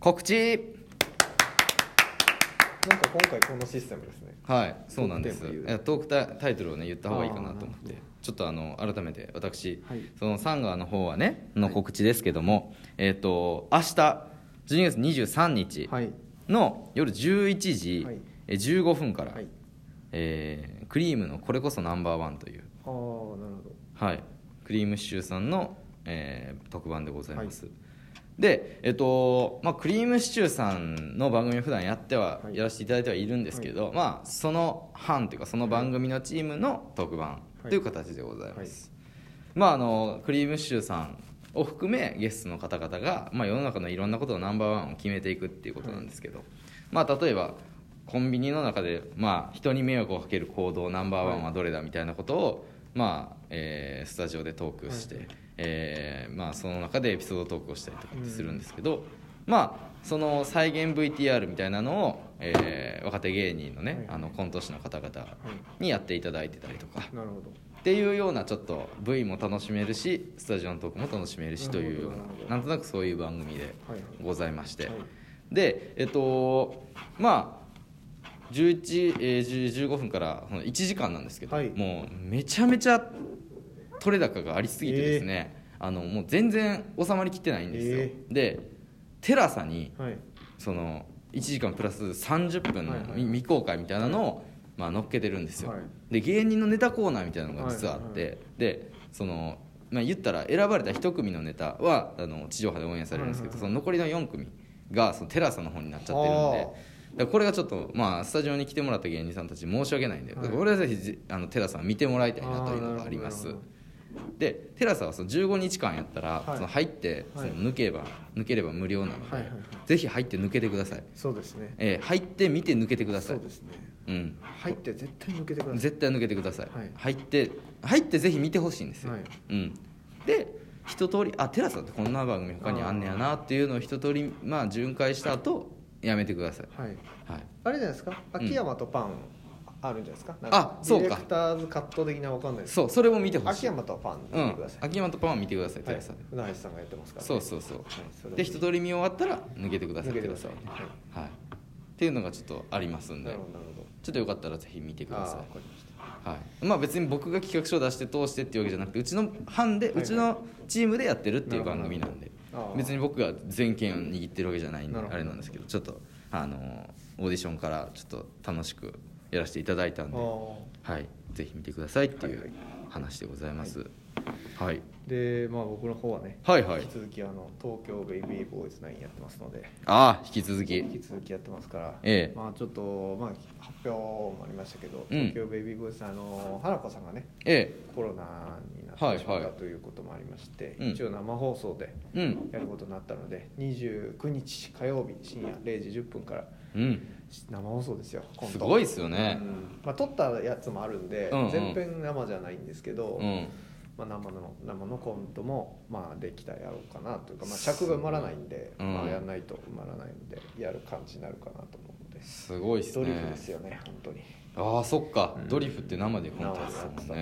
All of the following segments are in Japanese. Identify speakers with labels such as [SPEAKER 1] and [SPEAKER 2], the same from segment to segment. [SPEAKER 1] 告知
[SPEAKER 2] なんか今回このシステムですね
[SPEAKER 1] はいそうなんです
[SPEAKER 2] トークテーマ
[SPEAKER 1] えトークタタイトルをね言った方がいいかなと思っ
[SPEAKER 2] あーな
[SPEAKER 1] て
[SPEAKER 2] るほ
[SPEAKER 1] ちょっとあの改めて私、
[SPEAKER 2] はい
[SPEAKER 1] そのサンガーの方はねの告知ですけども、えっ、と明日12月23日
[SPEAKER 2] はい
[SPEAKER 1] の夜11時
[SPEAKER 2] はい
[SPEAKER 1] え15分から、
[SPEAKER 2] はい
[SPEAKER 1] えークリームの「これこそナンバーワン」という、
[SPEAKER 2] ああなるほど
[SPEAKER 1] はい、クリームシチューさんの、えー特番でございます、でえっと、まあ、クリームシチューさんの番組を普段やっては、
[SPEAKER 2] はい
[SPEAKER 1] やらせていただいてはいるんですけど、まあその班というかその番組のチームの特番
[SPEAKER 2] はい
[SPEAKER 1] という形でございます、まああのクリームシチューさんを含めゲストの方々が、まあ、世の中のいろんなことのナンバーワンを決めていくっていうことなんですけど、まあ例えばコンビニの中で、まあ、人に迷惑をかける行動ナンバーワンはどれだみたいなことを、まあえースタジオでトークして、
[SPEAKER 2] はい
[SPEAKER 1] えーまあ、その中でエピソードトークをしたりとかってするんですけど、まあその再現 VTR みたいなのを、えー若手芸人のね、
[SPEAKER 2] はい
[SPEAKER 1] あのコント師の方々にやっていただいてたりとか、
[SPEAKER 2] なるほど
[SPEAKER 1] っていうようなちょっと V も楽しめるしスタジオのトークも楽しめるしというよう
[SPEAKER 2] なるほ
[SPEAKER 1] な
[SPEAKER 2] ど
[SPEAKER 1] なんとなくそういう番組で
[SPEAKER 2] はいはい
[SPEAKER 1] ございまして、
[SPEAKER 2] はい
[SPEAKER 1] でえっとまあ11、えー10 15分からその1時間なんですけど、
[SPEAKER 2] はい
[SPEAKER 1] もうめちゃめちゃ取れ高がありすぎてですね、あのもう全然収まりきってないんですよ、
[SPEAKER 2] え
[SPEAKER 1] でテラサに
[SPEAKER 2] はい
[SPEAKER 1] その1時間プラス30分の
[SPEAKER 2] はいはい
[SPEAKER 1] 未未公開みたいなのを、まあ、乗っけてるんですよ、
[SPEAKER 2] はい
[SPEAKER 1] で芸人のネタコーナーみたいなのが実はあって、
[SPEAKER 2] は
[SPEAKER 1] でその、まあ、言ったら選ばれた1組のネタはあの地上波でオンエアされるんですけど、
[SPEAKER 2] はい
[SPEAKER 1] その残りの4組がそのテラサの方になっちゃってるん
[SPEAKER 2] はあ
[SPEAKER 1] で。だからこれがちょっと、まあ、スタジオに来てもらった芸人さんたち申し訳ないんで、
[SPEAKER 2] はい
[SPEAKER 1] これはぜひじあのテラサを見てもらいたいなというのがあります
[SPEAKER 2] あーなるほ
[SPEAKER 1] でテラサはその15日間やったら、
[SPEAKER 2] はい
[SPEAKER 1] その入ってそ
[SPEAKER 2] は
[SPEAKER 1] の
[SPEAKER 2] い
[SPEAKER 1] 抜けば、抜ければ無料なので、
[SPEAKER 2] はいはいはい
[SPEAKER 1] ぜひ入って抜けてください、
[SPEAKER 2] そうですね
[SPEAKER 1] えー入って見て抜けてくださ
[SPEAKER 2] そ
[SPEAKER 1] いう
[SPEAKER 2] ですね
[SPEAKER 1] うん
[SPEAKER 2] 入って絶対抜けてください
[SPEAKER 1] 絶対抜けてください、
[SPEAKER 2] はい
[SPEAKER 1] 入って入ってぜひ見てほしいんですよ、
[SPEAKER 2] はい
[SPEAKER 1] うんで一通りあテラサってこんな番組他にあんねやなっていうのを一通りまあ巡回した後やめてください、
[SPEAKER 2] はい
[SPEAKER 1] はい、
[SPEAKER 2] あれじゃないですか
[SPEAKER 1] ん
[SPEAKER 2] 秋山とパンあるんじゃないですかなん
[SPEAKER 1] あそうか
[SPEAKER 2] ディレクターズカット的なわかんないです
[SPEAKER 1] そうそれも見てほし
[SPEAKER 2] 秋
[SPEAKER 1] い
[SPEAKER 2] 山とパン
[SPEAKER 1] う
[SPEAKER 2] 見てく
[SPEAKER 1] ん
[SPEAKER 2] ださい
[SPEAKER 1] 秋山とパンは見てくださいテ
[SPEAKER 2] は
[SPEAKER 1] ラ
[SPEAKER 2] い
[SPEAKER 1] サで、
[SPEAKER 2] 船橋さんがやってますからね
[SPEAKER 1] そうそうそう
[SPEAKER 2] はいそれを
[SPEAKER 1] で一通り見終わったら抜けてください
[SPEAKER 2] 抜けて
[SPEAKER 1] テ
[SPEAKER 2] く
[SPEAKER 1] ラサ
[SPEAKER 2] ださい
[SPEAKER 1] はね
[SPEAKER 2] はい
[SPEAKER 1] はいっていうのがちょっとありますん
[SPEAKER 2] な
[SPEAKER 1] で
[SPEAKER 2] るほどなるほど
[SPEAKER 1] ちょっとよかったらぜひ見てくだ
[SPEAKER 2] あー
[SPEAKER 1] さ
[SPEAKER 2] わ
[SPEAKER 1] い
[SPEAKER 2] かりました
[SPEAKER 1] はいまあ、別に僕が企画書を出して通してっていうわけじゃなくてうちの班で
[SPEAKER 2] いは
[SPEAKER 1] う
[SPEAKER 2] い
[SPEAKER 1] ちのチームでやってるっていう番組なんで
[SPEAKER 2] なるほどあー
[SPEAKER 1] 別に僕が全権を握ってるわけじゃないんで
[SPEAKER 2] なるほ
[SPEAKER 1] あ
[SPEAKER 2] ど
[SPEAKER 1] れなんですけどちょっとあのーオーディションからちょっと楽しくやらせていただいたんで、
[SPEAKER 2] あ
[SPEAKER 1] はい、ぜひ見てくださいってい
[SPEAKER 2] はいうはい
[SPEAKER 1] 話でございます、はい、
[SPEAKER 2] ーでまあ僕の方はね
[SPEAKER 1] はいはい
[SPEAKER 2] 引き続きあの東京ベイビーボーイズ9やってますので
[SPEAKER 1] ああ引き続き
[SPEAKER 2] 引き続きやってますから、
[SPEAKER 1] ええ
[SPEAKER 2] まあちょっと、まあ、発表もありましたけど、
[SPEAKER 1] うん
[SPEAKER 2] 東京ベイビーボーイズあの花子さんがね
[SPEAKER 1] え
[SPEAKER 2] コロナになってしま
[SPEAKER 1] は
[SPEAKER 2] っ
[SPEAKER 1] い
[SPEAKER 2] た
[SPEAKER 1] はい
[SPEAKER 2] ということもありまして、
[SPEAKER 1] うん
[SPEAKER 2] 一応生放送で
[SPEAKER 1] えうん
[SPEAKER 2] やることになったので29日火曜日深夜0時10分から
[SPEAKER 1] うん
[SPEAKER 2] 生放送ですよコント
[SPEAKER 1] すごいっすよね
[SPEAKER 2] うんまあ、撮ったやつもあるんで、
[SPEAKER 1] うんうん
[SPEAKER 2] 全編生じゃないんですけど、
[SPEAKER 1] うん
[SPEAKER 2] まあ、生の生のコントも、まあ、できたらやろうかなというか、まあ、尺が埋まらないんで、
[SPEAKER 1] うん
[SPEAKER 2] まあ、やらないと埋まらないのでやる感じになるかなと思うのです
[SPEAKER 1] ごいっす
[SPEAKER 2] ドリフ
[SPEAKER 1] ね
[SPEAKER 2] ですよね本当に
[SPEAKER 1] ああそっか、
[SPEAKER 2] うん
[SPEAKER 1] ドリフって生でコントやってた
[SPEAKER 2] 生
[SPEAKER 1] もん
[SPEAKER 2] でやっ
[SPEAKER 1] ね
[SPEAKER 2] てたんで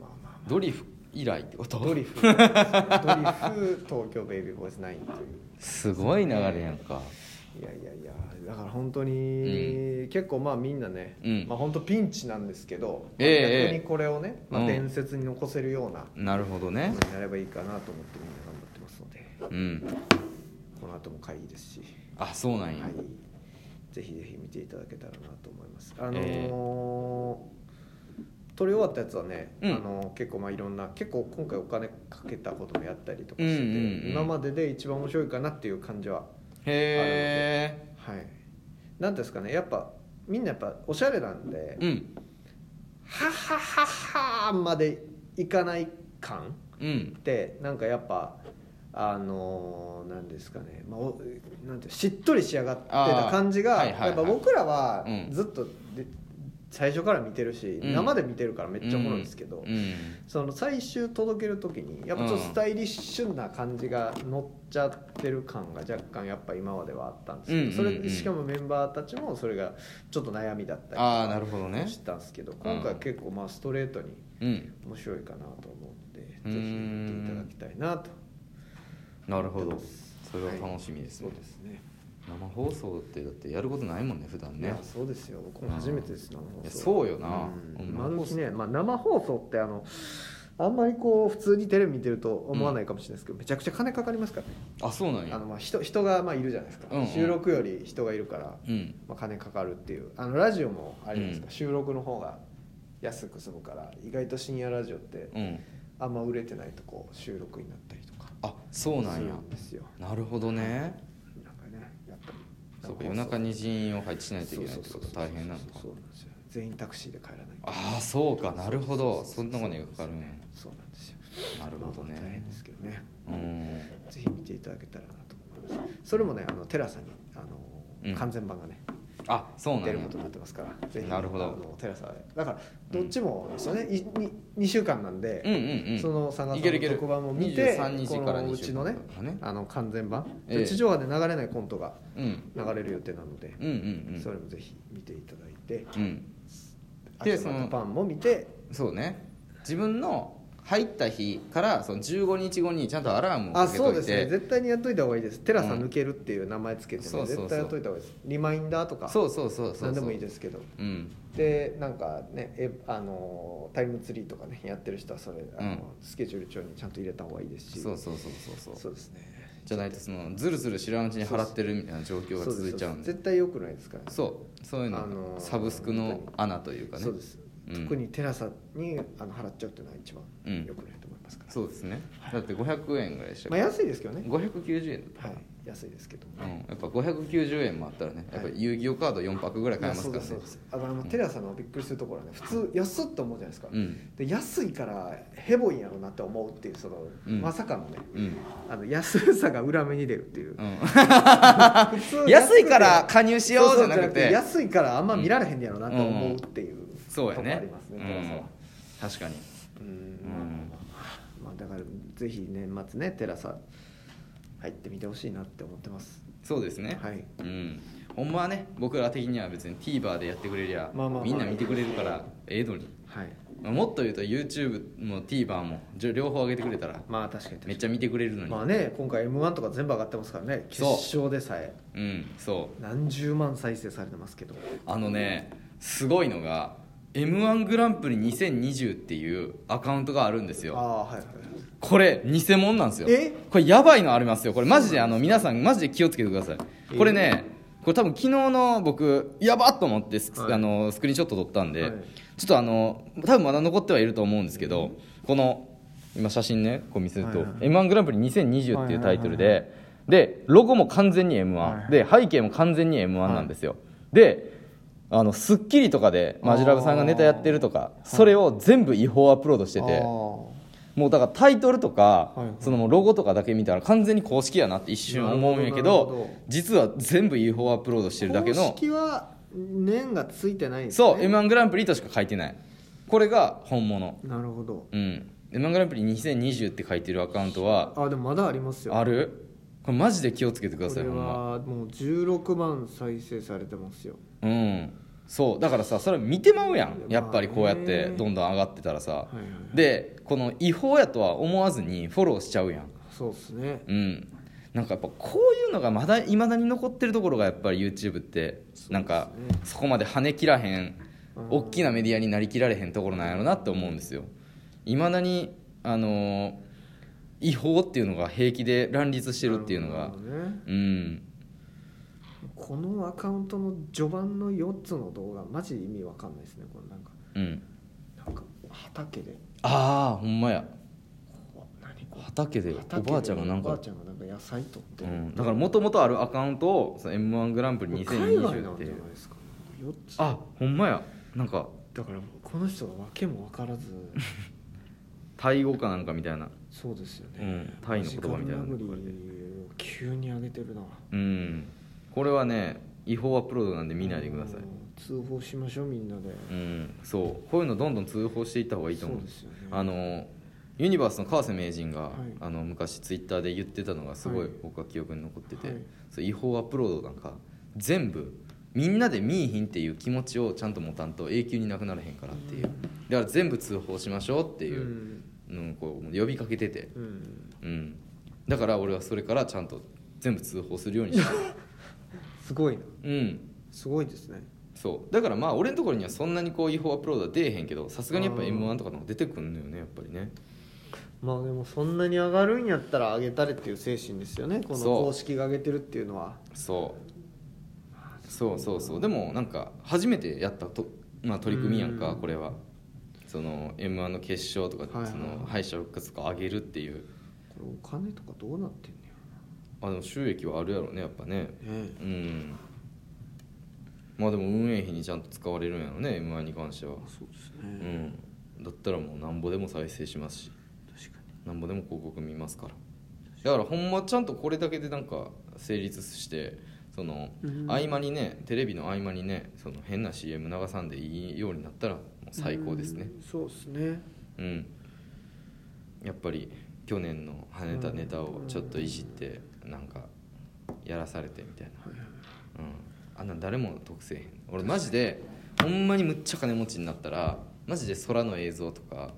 [SPEAKER 2] まあまあ
[SPEAKER 1] ドリフ以来ってこと
[SPEAKER 2] まあドリフドリフ東京ベイビーボーイズ9という
[SPEAKER 1] すごい流れやんか
[SPEAKER 2] いやいやいやだから本当に、結構まあみんなね、
[SPEAKER 1] うん
[SPEAKER 2] まあ本当ピンチなんですけど、
[SPEAKER 1] ええ
[SPEAKER 2] 逆にこれをね、ま
[SPEAKER 1] う
[SPEAKER 2] あ、
[SPEAKER 1] ん
[SPEAKER 2] 伝説に残せるような
[SPEAKER 1] なるほどね
[SPEAKER 2] ものになればいいかなと思ってみんな頑張ってますので
[SPEAKER 1] うん
[SPEAKER 2] この後も会議ですし、
[SPEAKER 1] あそうなんや、
[SPEAKER 2] はい、ぜひぜひ見ていただけたらなと思いますあのー
[SPEAKER 1] え
[SPEAKER 2] 撮り終わったやつはね、
[SPEAKER 1] うん
[SPEAKER 2] あのー結構まあいろんな結構今回お金かけたこともやったりとかしてて、
[SPEAKER 1] うんうんうん
[SPEAKER 2] 今までで一番面白いかなっていう感じは
[SPEAKER 1] へ
[SPEAKER 2] はいなんですかねやっぱみんなやっぱおしゃれなんで
[SPEAKER 1] えうん
[SPEAKER 2] 「はっはっはっは」までいかない感
[SPEAKER 1] うん
[SPEAKER 2] ってなんかやっぱあのーなんですかね、まあ、おなんていうしっとり仕上がってた感じ
[SPEAKER 1] あー
[SPEAKER 2] が、
[SPEAKER 1] はいはいはい
[SPEAKER 2] やっぱ僕らは
[SPEAKER 1] うん
[SPEAKER 2] ずっとで、最初から見てるし、
[SPEAKER 1] うん
[SPEAKER 2] 生で見てるからめっちゃおもろいんですけど、
[SPEAKER 1] うん
[SPEAKER 2] その最終届ける時にやっぱちょっとスタイリッシュな感じが乗っちゃってる感が若干やっぱ今まではあったんですけど、
[SPEAKER 1] うんうんうん
[SPEAKER 2] それしかもメンバーたちもそれがちょっと悩みだったり
[SPEAKER 1] ああなるほどね
[SPEAKER 2] したんですけど今回は結構まあストレートに
[SPEAKER 1] うん
[SPEAKER 2] 面白いかなと思うので、
[SPEAKER 1] うん
[SPEAKER 2] ぜひ見ていただきたいなと
[SPEAKER 1] なるほ
[SPEAKER 2] 思って
[SPEAKER 1] ど
[SPEAKER 2] ます
[SPEAKER 1] それは楽しみです
[SPEAKER 2] そ
[SPEAKER 1] ね
[SPEAKER 2] う、ですね
[SPEAKER 1] 生放送ってだってやることないもんね普段
[SPEAKER 2] い
[SPEAKER 1] ね
[SPEAKER 2] やそうですよ僕も初めてです生
[SPEAKER 1] い
[SPEAKER 2] 放
[SPEAKER 1] や
[SPEAKER 2] 送
[SPEAKER 1] そうよな、う
[SPEAKER 2] う
[SPEAKER 1] んん
[SPEAKER 2] 今のうちね、まあ、生放送ってあのあんまりこう普通にテレビ見てると思わないかもしれないですけど、めちゃくちゃ金かかりますからね
[SPEAKER 1] あそうなん
[SPEAKER 2] あ
[SPEAKER 1] や
[SPEAKER 2] のまあ人人がまあいるじゃないですか、
[SPEAKER 1] うんうん
[SPEAKER 2] 収録より人がいるから、
[SPEAKER 1] うん
[SPEAKER 2] まあ、金かかるっていうあのラジオもあれじゃないですか、
[SPEAKER 1] うん
[SPEAKER 2] 収録の方が安く済むから意外と深夜ラジオって
[SPEAKER 1] うん
[SPEAKER 2] あんま売れてないとこう収録になったりとか
[SPEAKER 1] あそうな
[SPEAKER 2] す
[SPEAKER 1] ん
[SPEAKER 2] る
[SPEAKER 1] や
[SPEAKER 2] んですよ
[SPEAKER 1] なるほどね
[SPEAKER 2] なんかねやっぱり
[SPEAKER 1] そうか夜中に人員を配置しないといけないってこ
[SPEAKER 2] そうそう
[SPEAKER 1] と
[SPEAKER 2] そう
[SPEAKER 1] 大変なのか
[SPEAKER 2] そうなんですよ全員タクシーで帰らない
[SPEAKER 1] ああそうかなるほどそんなことにかかるんや
[SPEAKER 2] そうなんですよ
[SPEAKER 1] なるほど
[SPEAKER 2] まあまあ大
[SPEAKER 1] ね
[SPEAKER 2] 変ですけどね、
[SPEAKER 1] うん
[SPEAKER 2] ぜひ見ていただけたらなと思いますそれもねあのテラサにあの、
[SPEAKER 1] うん
[SPEAKER 2] 完全版がね
[SPEAKER 1] あそうなん
[SPEAKER 2] 出
[SPEAKER 1] や
[SPEAKER 2] ることになってますからぜひ
[SPEAKER 1] なるほど
[SPEAKER 2] あのテラサでだからどっちもですよね、いに2週間なんで、
[SPEAKER 1] うんうんうん
[SPEAKER 2] その佐賀さん
[SPEAKER 1] いけるいけ
[SPEAKER 2] の
[SPEAKER 1] る
[SPEAKER 2] 特番も見て
[SPEAKER 1] 23日から
[SPEAKER 2] このう
[SPEAKER 1] 2
[SPEAKER 2] ち
[SPEAKER 1] 週
[SPEAKER 2] の
[SPEAKER 1] 間
[SPEAKER 2] ね
[SPEAKER 1] とかね
[SPEAKER 2] あの完全版、
[SPEAKER 1] ええ
[SPEAKER 2] 地上波で流れないコントが
[SPEAKER 1] うん
[SPEAKER 2] 流れる予定なので、
[SPEAKER 1] うんうん
[SPEAKER 2] それもぜひ見ていただいて
[SPEAKER 1] うんうんで
[SPEAKER 2] 秋
[SPEAKER 1] そ
[SPEAKER 2] の
[SPEAKER 1] の
[SPEAKER 2] パンも見て
[SPEAKER 1] そうね自分の入った日からその15日後にちゃんとアラームを
[SPEAKER 2] あ
[SPEAKER 1] かけ
[SPEAKER 2] そう
[SPEAKER 1] と
[SPEAKER 2] で
[SPEAKER 1] い
[SPEAKER 2] すね
[SPEAKER 1] て
[SPEAKER 2] 絶対にやっといた方がいいですテラサ
[SPEAKER 1] うん
[SPEAKER 2] 抜けるっていう名前つけて、ね
[SPEAKER 1] そうそうそう
[SPEAKER 2] 絶対やっといた方がいいですリマインダーとか
[SPEAKER 1] そうそうそうそうそう
[SPEAKER 2] 何でもいいですけど
[SPEAKER 1] うん
[SPEAKER 2] でなんかねえあのータイムツリーとかねやってる人はそれあの、
[SPEAKER 1] うん
[SPEAKER 2] スケジュール帳にちゃんと入れた方がいいですし
[SPEAKER 1] そうそうそうそうそう
[SPEAKER 2] そうですね
[SPEAKER 1] じゃないとそのずるずる知らんうちに払ってるみたいな状況が続いちゃうん
[SPEAKER 2] そですそで
[SPEAKER 1] で
[SPEAKER 2] す絶対良くないですからね
[SPEAKER 1] そうそういうの、
[SPEAKER 2] あのー
[SPEAKER 1] サブスクの穴というかね
[SPEAKER 2] そうです、
[SPEAKER 1] うん
[SPEAKER 2] 特にテラサにあの払っちゃうっていうのは一番
[SPEAKER 1] うん
[SPEAKER 2] 良くないと思いますから、
[SPEAKER 1] そうですねだって500円ぐらいでした
[SPEAKER 2] ま
[SPEAKER 1] っ
[SPEAKER 2] あ
[SPEAKER 1] け、
[SPEAKER 2] 安いですけどね
[SPEAKER 1] 590円だ
[SPEAKER 2] は
[SPEAKER 1] っ
[SPEAKER 2] い安いですけども
[SPEAKER 1] た、うん、やっぱ590円もあったらねやっぱ遊戯王カード4パックぐらい買えま
[SPEAKER 2] そ
[SPEAKER 1] す
[SPEAKER 2] う
[SPEAKER 1] か
[SPEAKER 2] で
[SPEAKER 1] ら
[SPEAKER 2] す
[SPEAKER 1] ね
[SPEAKER 2] そうですあのあのテラさんのびっくりするところはね普通安っと思うじゃないですか、
[SPEAKER 1] うん
[SPEAKER 2] で安いからヘボいんやろうなって思うっていうその、
[SPEAKER 1] うん
[SPEAKER 2] まさかのね
[SPEAKER 1] うん、
[SPEAKER 2] あの安さが裏目に出るっていう、普
[SPEAKER 1] う
[SPEAKER 2] 通
[SPEAKER 1] ん、安いから加入しようじゃなくて
[SPEAKER 2] 安いからあんま見られへんやろうなって思うっていう、
[SPEAKER 1] そうや
[SPEAKER 2] とこあ
[SPEAKER 1] ね
[SPEAKER 2] りますねテラさんは
[SPEAKER 1] うん、確かに
[SPEAKER 2] うん
[SPEAKER 1] ん
[SPEAKER 2] まあ、だからぜひ年末ねテラさん入ってみてほしいなって思ってます
[SPEAKER 1] そうですね
[SPEAKER 2] はい
[SPEAKER 1] うんほんまはね僕ら的には別に TVer でやってくれりゃ、
[SPEAKER 2] まあまあまあ
[SPEAKER 1] みんな見てくれるからええのに
[SPEAKER 2] はい
[SPEAKER 1] まあもっと言うと YouTube も TVer もじゃ両方上げてくれたら
[SPEAKER 2] まあ確かに確か
[SPEAKER 1] め
[SPEAKER 2] に
[SPEAKER 1] っちゃ見てくれるのに、
[SPEAKER 2] まあね今回 m 1とか全部上がってますからね決
[SPEAKER 1] そう
[SPEAKER 2] 勝でさえ
[SPEAKER 1] うんそう
[SPEAKER 2] 何十万再生されてますけど
[SPEAKER 1] あのねすごいのが m 1グランプリ2020っていうアカウントがあるんです
[SPEAKER 2] あ
[SPEAKER 1] よ
[SPEAKER 2] あはいはい
[SPEAKER 1] これ偽物なんですよ
[SPEAKER 2] え
[SPEAKER 1] これやばいのありますよこれマジであの皆さんマジで気をつけてくださ
[SPEAKER 2] え
[SPEAKER 1] いこれねこれ多分昨日の僕やばっと思ってス,、
[SPEAKER 2] はい
[SPEAKER 1] あのスクリーンショット撮ったんで、
[SPEAKER 2] はい
[SPEAKER 1] ちょっとあの多分まだ残ってはいると思うんですけどこの今写真ねこう見せると「
[SPEAKER 2] はいはい
[SPEAKER 1] m 1グランプリ2020」っていうタイトル
[SPEAKER 2] はいは
[SPEAKER 1] ででロゴも完全に m
[SPEAKER 2] はいは
[SPEAKER 1] 1
[SPEAKER 2] い
[SPEAKER 1] で背景も完全に m 1なんですよであの『スッキリ』とかでマジラブさんがネタやってるとかそれを全部違法アップロードしてて。
[SPEAKER 2] あ
[SPEAKER 1] もうだからタイトルとか、
[SPEAKER 2] はいはい
[SPEAKER 1] そのもうロゴとかだけ見たら完全に公式やなって一瞬思うんやけど
[SPEAKER 2] なるほどなるほど
[SPEAKER 1] 実は全部 UFO アップロードしてるだけ
[SPEAKER 2] 公
[SPEAKER 1] の
[SPEAKER 2] 式は年がついてないんです、ね、
[SPEAKER 1] そう m 1グランプリとしか書いてないこれが本物
[SPEAKER 2] なるほど
[SPEAKER 1] うん m 1グランプリ2020って書いてるアカウントは
[SPEAKER 2] あでもまだありますよ
[SPEAKER 1] あるこれマジで気をつけてくだ
[SPEAKER 2] こ
[SPEAKER 1] さい
[SPEAKER 2] れ
[SPEAKER 1] ほんま
[SPEAKER 2] はもう16万再生されてますよ
[SPEAKER 1] うんそうだからさそれ見てまうやんやっぱりこうやっ
[SPEAKER 2] まあ
[SPEAKER 1] て
[SPEAKER 2] ね
[SPEAKER 1] どんどん上がってたらさ
[SPEAKER 2] はいはいはい
[SPEAKER 1] でこの違法やとは思わずにフォローしちゃうやん
[SPEAKER 2] そうですね
[SPEAKER 1] うん、なんかやっぱこういうのがまだいまだに残ってるところがやっぱり YouTube ってなんかそこまで跳ね切らへん
[SPEAKER 2] うん
[SPEAKER 1] 大きなメディアになりきられへんところなんやろなって思うんですよいまだにあのー違法っていうのが平気で乱立してるっていうの
[SPEAKER 2] なる
[SPEAKER 1] が
[SPEAKER 2] ほどね
[SPEAKER 1] うん
[SPEAKER 2] このアカウントの序盤の4つの動画マジ意味わかんないですねこれなんか
[SPEAKER 1] うん
[SPEAKER 2] なんか畑で
[SPEAKER 1] ああほんまや
[SPEAKER 2] こう何こう
[SPEAKER 1] 畑でお
[SPEAKER 2] 畑で
[SPEAKER 1] ばあちゃんがなん
[SPEAKER 2] おばあ
[SPEAKER 1] か、
[SPEAKER 2] ちゃんがなんか野菜取って
[SPEAKER 1] う
[SPEAKER 2] る、
[SPEAKER 1] ん、だからもともとあるアカウントをその m 1グランプリ
[SPEAKER 2] 海外な
[SPEAKER 1] 2020っ
[SPEAKER 2] ん
[SPEAKER 1] て
[SPEAKER 2] じゃ
[SPEAKER 1] い
[SPEAKER 2] な
[SPEAKER 1] う
[SPEAKER 2] いですか4つ
[SPEAKER 1] あほんまやなんか
[SPEAKER 2] だからこの人が訳も分か らず
[SPEAKER 1] タイ語かなんかみたいな
[SPEAKER 2] そうですよね、
[SPEAKER 1] うんタイの言葉みたいな
[SPEAKER 2] マジカルラブリーを急に上げてるな
[SPEAKER 1] うんこれはね違法アップロードなんで見ないでください
[SPEAKER 2] うん通報しましょうみんなで、
[SPEAKER 1] うんそうこういうのどんどん通報していった方がいいと思う
[SPEAKER 2] そうですよね
[SPEAKER 1] あのユニバースの川瀬名人が、
[SPEAKER 2] い
[SPEAKER 1] あの昔ツイッターで言ってたのがすご
[SPEAKER 2] はい
[SPEAKER 1] い僕は記憶に残ってて、
[SPEAKER 2] はい
[SPEAKER 1] そう違法アップロードなんか全部みんなで見いひんっていう気持ちをちゃんと持たんと永久になくならへんからっていう、
[SPEAKER 2] うん
[SPEAKER 1] だから全部通報しましょうって
[SPEAKER 2] う
[SPEAKER 1] いう、
[SPEAKER 2] ん
[SPEAKER 1] うん、こう呼びかけてて
[SPEAKER 2] うん
[SPEAKER 1] うん、だから俺はそれからちゃんと全部通報するようにした
[SPEAKER 2] すごいな
[SPEAKER 1] うん
[SPEAKER 2] すごいですね
[SPEAKER 1] そうだからまあ俺のところにはそんなにこう違法アップロードは出えへんけどさすがにやっぱ m 1とかの方が出てくんのよねやっぱりね
[SPEAKER 2] まあでもそんなに上がるんやったら上げたれっていう精神ですよねこの
[SPEAKER 1] そう
[SPEAKER 2] 公式が上げてるっていうのは
[SPEAKER 1] そうそうそうそうでもなんか初めてやったと、まあ、取り組みやんか
[SPEAKER 2] うん
[SPEAKER 1] これはその m 1の決勝とか
[SPEAKER 2] はいはい
[SPEAKER 1] その敗者復活とか上げるっていう
[SPEAKER 2] これお金とかどうなってんね
[SPEAKER 1] あでも収益はあるやろねやっぱね
[SPEAKER 2] やろねえ
[SPEAKER 1] うんまあでも運営費にちゃんと使われるんやろね m 1に関しては
[SPEAKER 2] あそうです
[SPEAKER 1] う
[SPEAKER 2] ね、
[SPEAKER 1] んだったらもうなんぼでも再生しますし
[SPEAKER 2] 確か
[SPEAKER 1] なんぼでも広告見ますからだからほんまちゃんとこれだけでなんか成立してその
[SPEAKER 2] うん
[SPEAKER 1] 合間にねテレビの合間にねその変な CM 流さんでいいようになったらもう
[SPEAKER 2] に
[SPEAKER 1] 最高ですね
[SPEAKER 2] うんそうですね
[SPEAKER 1] うん、やっぱり去年の跳ねたネタをちょっといじってなんかやらされてみたいな、
[SPEAKER 2] はいはいはい
[SPEAKER 1] うん、あんなん誰も得せえへん俺マジでほんまにむっちゃ金持ちになったらマジで空の映像とか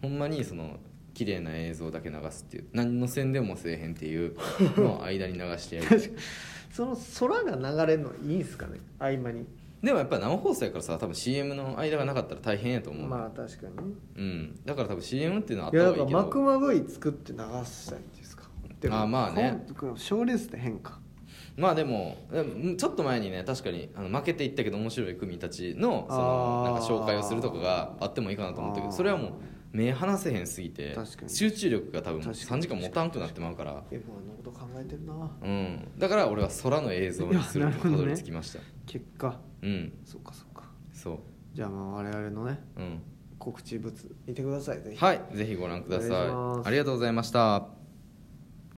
[SPEAKER 1] ほんまにその綺麗な映像だけ流すっていう何の宣伝もせえへんっていうのを間に流してやりたい
[SPEAKER 2] その空が流れるのいいんすかね合間に
[SPEAKER 1] でもやっぱ生放送やからさ多分 CM の間がなかったら大変やと思う、
[SPEAKER 2] まあ確かにね
[SPEAKER 1] うん、だから多分 CM っていうのはあっ
[SPEAKER 2] い
[SPEAKER 1] た
[SPEAKER 2] や
[SPEAKER 1] 方
[SPEAKER 2] だ
[SPEAKER 1] が
[SPEAKER 2] か
[SPEAKER 1] い
[SPEAKER 2] ら
[SPEAKER 1] いけ
[SPEAKER 2] マク
[SPEAKER 1] ど
[SPEAKER 2] マ V 作って流したいんですか
[SPEAKER 1] あまあね
[SPEAKER 2] 賞レースで変か
[SPEAKER 1] まあでもでもちょっと前にね確かにあの負けていったけど面白い組たちのその
[SPEAKER 2] あ
[SPEAKER 1] なん
[SPEAKER 2] ー
[SPEAKER 1] か紹介をするとかがあってもいいかなと思ったけど
[SPEAKER 2] あー
[SPEAKER 1] それはもう目離せへんすぎて
[SPEAKER 2] 確かに
[SPEAKER 1] 集中力が多分
[SPEAKER 2] 確か
[SPEAKER 1] 3
[SPEAKER 2] に
[SPEAKER 1] 時間持たんくなってまうから、
[SPEAKER 2] F1 のこと考えてるな
[SPEAKER 1] うん、だから俺は空の映像にする
[SPEAKER 2] いやなる
[SPEAKER 1] と
[SPEAKER 2] ほ
[SPEAKER 1] た
[SPEAKER 2] どね
[SPEAKER 1] どり着きました、
[SPEAKER 2] 結果
[SPEAKER 1] うん
[SPEAKER 2] そうかそうか
[SPEAKER 1] そ
[SPEAKER 2] じゃあまあ我々のね
[SPEAKER 1] ううん
[SPEAKER 2] 告知物見てくださいぜひ
[SPEAKER 1] はいぜひご覧ください
[SPEAKER 2] お願いします
[SPEAKER 1] ありがとうございました